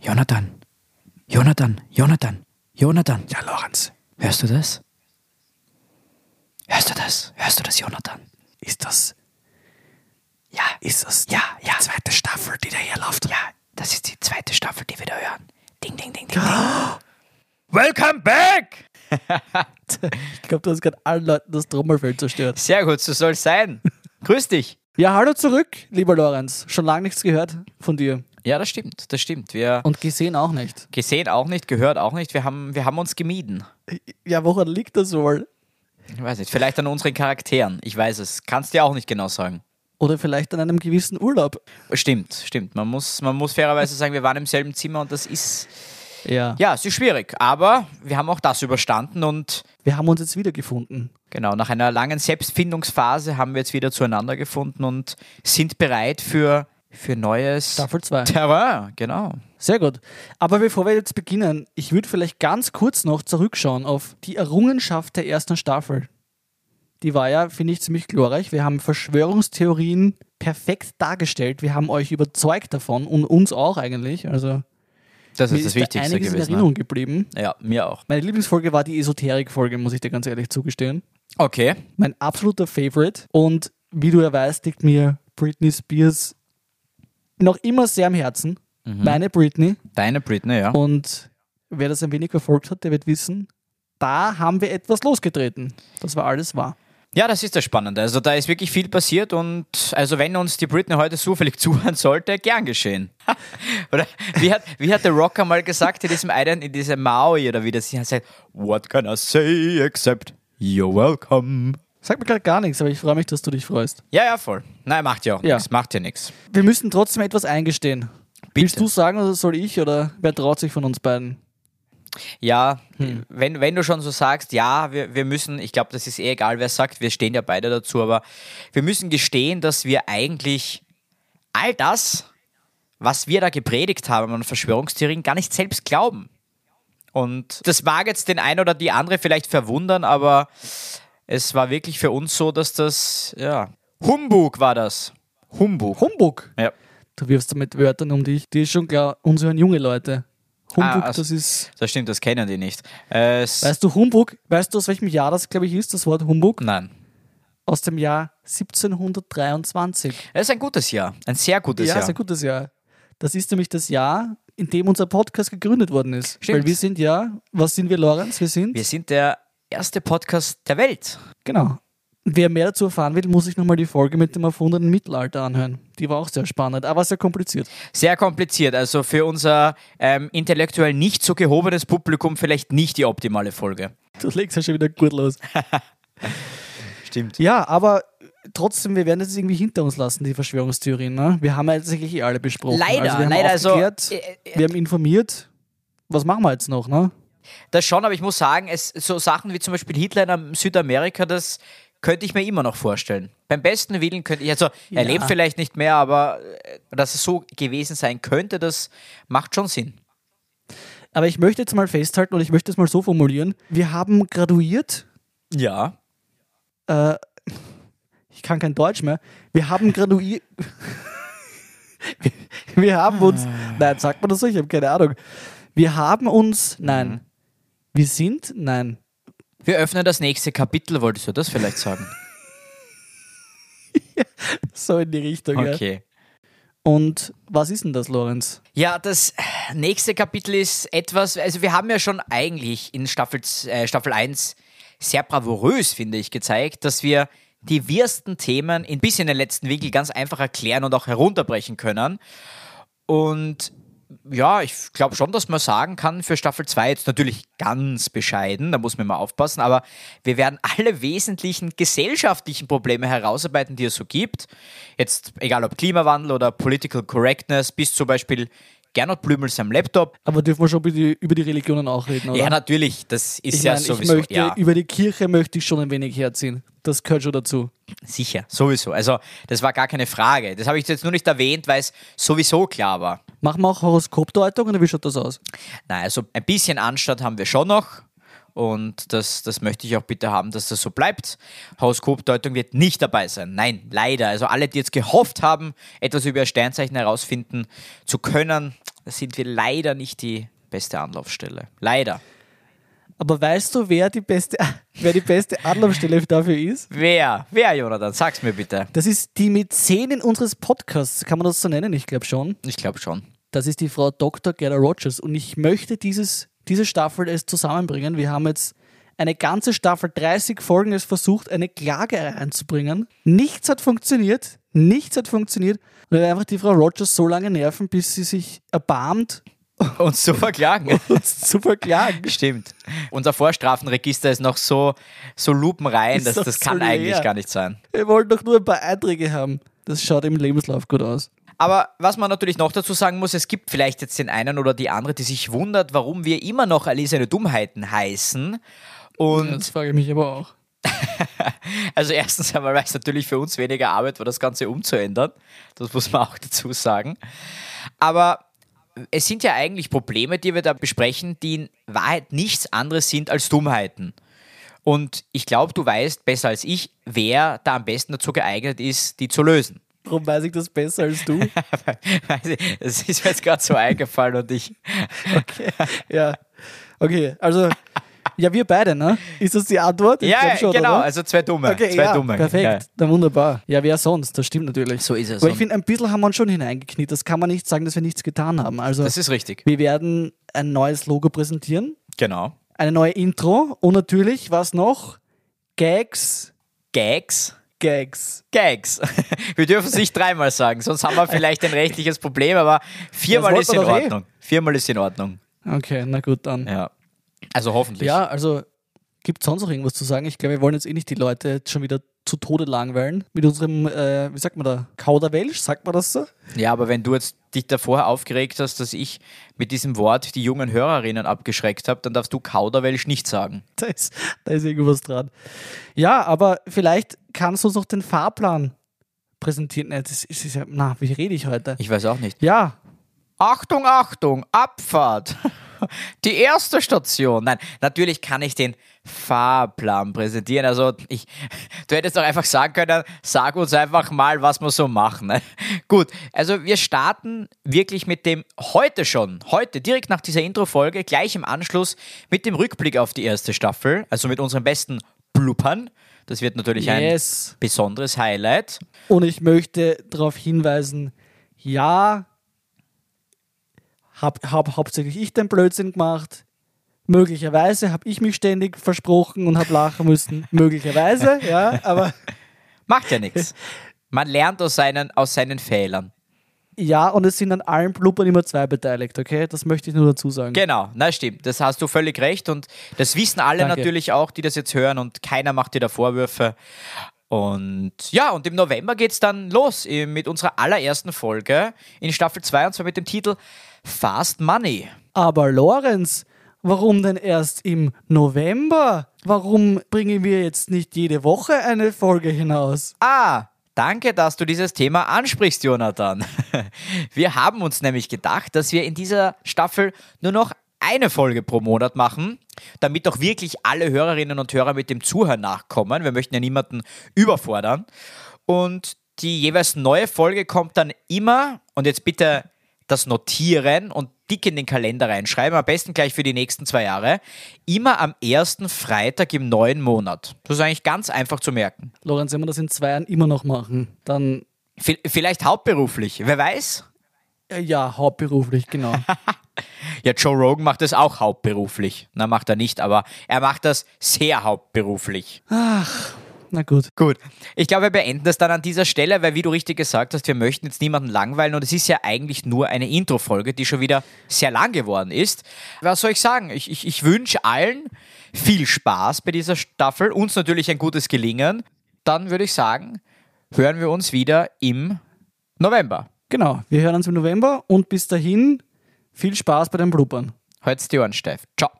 Jonathan, Jonathan, Jonathan, Jonathan, Ja, Lorenz, hörst du das? Hörst du das? Hörst du das, Jonathan? ist das. Ja, ist das ja, die ja. zweite Staffel, die da hier läuft? Ja. Das ist die zweite Staffel, die wir da hören. Ding, ding, ding, ding. Welcome back! Ich glaube, du hast gerade allen Leuten das Trommelfeld zerstört. Sehr gut, so soll es sein. Grüß dich. Ja, hallo zurück, lieber Lorenz. Schon lange nichts gehört von dir. Ja, das stimmt, das stimmt. Wir Und gesehen auch nicht. gesehen auch nicht, gehört auch nicht. Wir haben, wir haben uns gemieden. Ja, woran liegt das wohl? Ich weiß nicht, vielleicht an unseren Charakteren. Ich weiß es. Kannst dir auch nicht genau sagen. Oder vielleicht an einem gewissen Urlaub. Stimmt, stimmt. Man muss, man muss fairerweise sagen, wir waren im selben Zimmer und das ist. Ja. Ja, es ist schwierig. Aber wir haben auch das überstanden und Wir haben uns jetzt wiedergefunden. genau, nach einer langen Selbstfindungsphase haben wir jetzt wieder zueinander gefunden und sind bereit für, für neues Staffel 2. Terrain. Genau. Sehr gut. Aber bevor wir jetzt beginnen, ich würde vielleicht ganz kurz noch zurückschauen auf die Errungenschaft der ersten Staffel. Die war ja, finde ich, ziemlich glorreich. Wir haben Verschwörungstheorien perfekt dargestellt. Wir haben euch überzeugt davon und uns auch eigentlich. Also Das mir ist das da Wichtigste einiges in gewesen. Erinnerung geblieben. ne? Ja, mir auch. Meine Lieblingsfolge war die Esoterik-Folge, muss ich dir ganz ehrlich zugestehen. Okay. Mein absoluter Favorite. Und wie du ja weißt, liegt mir Britney Spears noch immer sehr am Herzen. Mhm. Meine Britney. Deine Britney, ja. Und wer das ein wenig verfolgt hat, der wird wissen, da haben wir etwas losgetreten. Das war alles wahr. Ja, das ist das Spannende. Also da ist wirklich viel passiert und also wenn uns die Britney heute zufällig zuhören sollte, gern geschehen. oder wie hat, wie hat der Rocker mal gesagt in diesem einen, in diesem Maui oder wie das hier sagt, what can I say except you're welcome. Sagt mir gerade gar nichts, aber ich freue mich, dass du dich freust. Ja, ja, voll. Nein, macht ja auch Ja. nichts. Macht ja nichts. Wir müssen trotzdem etwas eingestehen. Willst du Bitte. sagen oder soll ich oder wer traut sich von uns beiden? Ja, wenn, wenn du schon so sagst, ja, wir, wir müssen, ich glaube, das ist eh egal, wer sagt, wir stehen ja beide dazu, aber wir müssen gestehen, dass wir eigentlich all das, was wir da gepredigt haben an Verschwörungstheorien, gar nicht selbst glauben. Und das mag jetzt den einen oder die andere vielleicht verwundern, aber es war wirklich für uns so, dass das, ja, Humbug war das. Humbug. Humbug! Ja. Du wirfst damit Wörtern um dich. Die ist schon klar, uns hören junge Leute. Humbug, Ah, also- das ist. Das stimmt, das kennen die nicht. Äh, es- Weißt du, Humbug, weißt du, aus welchem Jahr das, glaube ich, ist, das Wort Humbug? Nein. Aus dem Jahr 1723. Es ist ein gutes Jahr. Ein sehr gutes ja, Jahr. sehr gutes Jahr. Das ist nämlich das Jahr, in dem unser Podcast gegründet worden ist. Stimmt. Weil wir sind ja, was sind wir, Lorenz? Wir sind, Wir sind der erste Podcast der Welt. genau. Wer mehr dazu erfahren will, muss sich nochmal die Folge mit dem erfundenen Mittelalter anhören. Die war auch sehr spannend, aber sehr kompliziert. Sehr kompliziert, also für unser ähm, intellektuell nicht so gehobenes Publikum vielleicht nicht die optimale Folge. Du legst ja schon wieder gut los. Stimmt. Ja, aber trotzdem, wir werden das irgendwie hinter uns lassen, die Verschwörungstheorien. Ne? Wir haben ja jetzt eigentlich eh alle besprochen. Leider, also wir haben leider, also, Aufgeklärt, äh, wir haben informiert. Was machen wir jetzt noch? Ne? Das schon, aber ich muss sagen, es, so Sachen wie zum Beispiel Hitler in ähm, Südamerika, das könnte ich mir immer noch vorstellen. Beim besten Willen könnte ich, also er Ja. lebt vielleicht nicht mehr, aber äh, dass es so gewesen sein könnte, das macht schon Sinn. Aber ich möchte jetzt mal festhalten und ich möchte es mal so formulieren. Wir haben graduiert Ja. äh, ich kann kein Deutsch mehr. Wir haben graduiert. wir haben uns. Ah. Nein, sagt man das so? Ich habe keine Ahnung. Wir haben uns. Mhm. Nein. Wir sind. Nein. Wir öffnen das nächste Kapitel, wolltest du das vielleicht sagen? So in die Richtung. Ja. Okay. Und was ist denn das, Lorenz? Ja, das nächste Kapitel ist etwas, also wir haben ja schon eigentlich in Staffel, z- äh, Staffel 1 sehr bravourös, finde ich, gezeigt, dass wir die wirsten Themen in bis in den letzten Winkel ganz einfach erklären und auch herunterbrechen können. Und ja, ich glaube schon, dass man sagen kann, für Staffel 2 jetzt natürlich ganz bescheiden, da muss man mal aufpassen, aber wir werden alle wesentlichen gesellschaftlichen Probleme herausarbeiten, die es so gibt. Jetzt egal ob Klimawandel oder Political Correctness, bis zum Beispiel Gernot Blümel seinem Laptop. Aber dürfen wir schon über die, über die Religionen auch reden, oder? Ja, natürlich, das ist ich ja meine, ich sowieso. möchte, ja. über die Kirche möchte ich schon ein wenig herziehen. Das gehört schon dazu. Sicher, sowieso. Also, das war gar keine Frage. Das habe ich jetzt nur nicht erwähnt, weil es sowieso klar war. Machen wir auch Horoskopdeutung oder wie schaut das aus? Na, also ein bisschen Anstand haben wir schon noch. Und das, das möchte ich auch bitte haben, dass das so bleibt. Horoskopdeutung wird nicht dabei sein. Nein, leider. Also alle, die jetzt gehofft haben, etwas über ihr Sternzeichen herausfinden zu können, sind wir leider nicht die beste Anlaufstelle. Leider. Aber weißt du, wer die beste, wer die beste Anlaufstelle dafür ist? Wer? Wer, Jonathan? Sag's mir bitte. Das ist die Mäzenin unseres Podcasts, kann man das so nennen? Ich glaube schon. Ich glaube schon. Das ist die Frau Dr. Gerda Rogers. Und ich möchte dieses, diese Staffel es zusammenbringen. Wir haben jetzt eine ganze Staffel, 30 Folgen, es versucht, eine Klage einzubringen. Nichts hat funktioniert. Nichts hat funktioniert. Und wir werden einfach die Frau Rogers so lange nerven, bis sie sich erbarmt, Uns zu verklagen. uns zu verklagen. Stimmt. Unser Vorstrafenregister ist noch so, so lupenrein, Ist dass doch das so kann eigentlich leer. gar nicht sein. Wir wollen doch nur ein paar Einträge haben. Das schaut im Lebenslauf gut aus. Aber was man natürlich noch dazu sagen muss, es gibt vielleicht jetzt den einen oder die andere, die sich wundert, warum wir immer noch erlesene Dummheiten heißen. Und Das frage ich mich aber auch. also erstens einmal, weil es natürlich für uns weniger Arbeit war, das Ganze umzuändern. Das muss man auch dazu sagen. Aber es sind ja eigentlich Probleme, die wir da besprechen, die in Wahrheit nichts anderes sind als Dummheiten. Und ich glaube, du weißt besser als ich, wer da am besten dazu geeignet ist, die zu lösen. Warum weiß ich das besser als du? Weiß ich, Es ist mir jetzt gerade so eingefallen und ich. ja. Okay, also, ja, wir beide, ne? Ist das die Antwort? Ich Ja, glaub schon, genau, oder? also zwei Dumme. Okay, zwei ja, Dumme. perfekt. Ja. Dann wunderbar. Ja, wer sonst? Das stimmt natürlich. So ist es. Aber ich Und- finde, ein bisschen haben wir uns schon hineingekniet. Das kann man nicht sagen, dass wir nichts getan haben. Also, Das ist richtig. wir werden ein neues Logo präsentieren, Genau. eine neue Intro und natürlich, was noch? Gags. Gags. Gags. Gags. Wir dürfen es nicht dreimal sagen, sonst haben wir vielleicht ein rechtliches Problem, aber viermal Das ist in wollten wir doch eh. Ordnung. Viermal ist in Ordnung. Okay, na gut, dann. Ja. Also hoffentlich. Ja, also gibt sonst noch irgendwas zu sagen? Ich glaube, wir wollen jetzt eh nicht die Leute jetzt schon wieder zu Tode langweilen mit unserem, äh, wie sagt man da, Kauderwelsch, sagt man das so? ja, aber wenn du jetzt dich davor aufgeregt hast, dass ich mit diesem Wort die jungen Hörerinnen abgeschreckt habe, dann darfst du Kauderwelsch nicht sagen. Da ist, da ist irgendwas dran. Ja, aber vielleicht kannst du uns noch den Fahrplan präsentieren. Nein, das ist, ist ja, na, wie rede ich heute? Ich weiß auch nicht. Ja, Achtung, Achtung, Abfahrt. Die erste Station. Nein, natürlich kann ich den Fahrplan präsentieren. Also, ich, du hättest doch einfach sagen können, sag uns einfach mal, was wir so machen. ne? Gut, also wir starten wirklich mit dem heute schon, heute, direkt nach dieser Intro-Folge, gleich im Anschluss mit dem Rückblick auf die erste Staffel, also mit unseren besten Bluppern. Das wird natürlich Yes. ein besonderes Highlight. und ich möchte darauf hinweisen, ja, hab, hab hauptsächlich ich den Blödsinn gemacht. Möglicherweise habe ich mich ständig versprochen und habe lachen müssen. Möglicherweise, ja, aber Macht ja nichts. Man lernt aus seinen, aus seinen Fehlern. Ja, und es sind an allen Blubbern immer zwei beteiligt, okay? Das möchte ich nur dazu sagen. Genau, na stimmt, das hast du völlig recht und das wissen alle Danke. natürlich auch, die das jetzt hören und keiner macht dir da Vorwürfe. Und ja, und im November geht's dann los eh, mit unserer allerersten Folge in Staffel 2 und zwar mit dem Titel Fast Money. Aber Lorenz, warum denn erst im November? Warum bringen wir jetzt nicht jede Woche eine Folge hinaus? Ah, danke, dass du dieses Thema ansprichst, Jonathan. Wir haben uns nämlich gedacht, dass wir in dieser Staffel nur noch eine Folge pro Monat machen, damit auch wirklich alle Hörerinnen und Hörer mit dem Zuhören nachkommen. Wir möchten ja niemanden überfordern. Und die jeweils neue Folge kommt dann immer, und jetzt bitte das notieren und dick in den Kalender reinschreiben, am besten gleich für die nächsten zwei Jahre, immer am ersten Freitag im neuen Monat. Das ist eigentlich ganz einfach zu merken. Lorenz, wenn wir das in zwei Jahren immer noch machen, dann V- Vielleicht hauptberuflich, wer weiß? äh, ja, hauptberuflich, genau. Ja, Joe Rogan macht das auch hauptberuflich. Na, macht er nicht, aber er macht das sehr hauptberuflich. Na gut. Gut, ich glaube, wir beenden das dann an dieser Stelle, weil wie du richtig gesagt hast, wir möchten jetzt niemanden langweilen und es ist ja eigentlich nur eine Intro-Folge, die schon wieder sehr lang geworden ist. Was soll ich sagen? Ich, ich, ich wünsche allen viel Spaß bei dieser Staffel, uns natürlich ein gutes Gelingen. Dann würde ich sagen, hören wir uns wieder im November. Genau, wir hören uns im November und bis dahin viel Spaß bei den Blubbern. Halt's die Ohren steif. Ciao.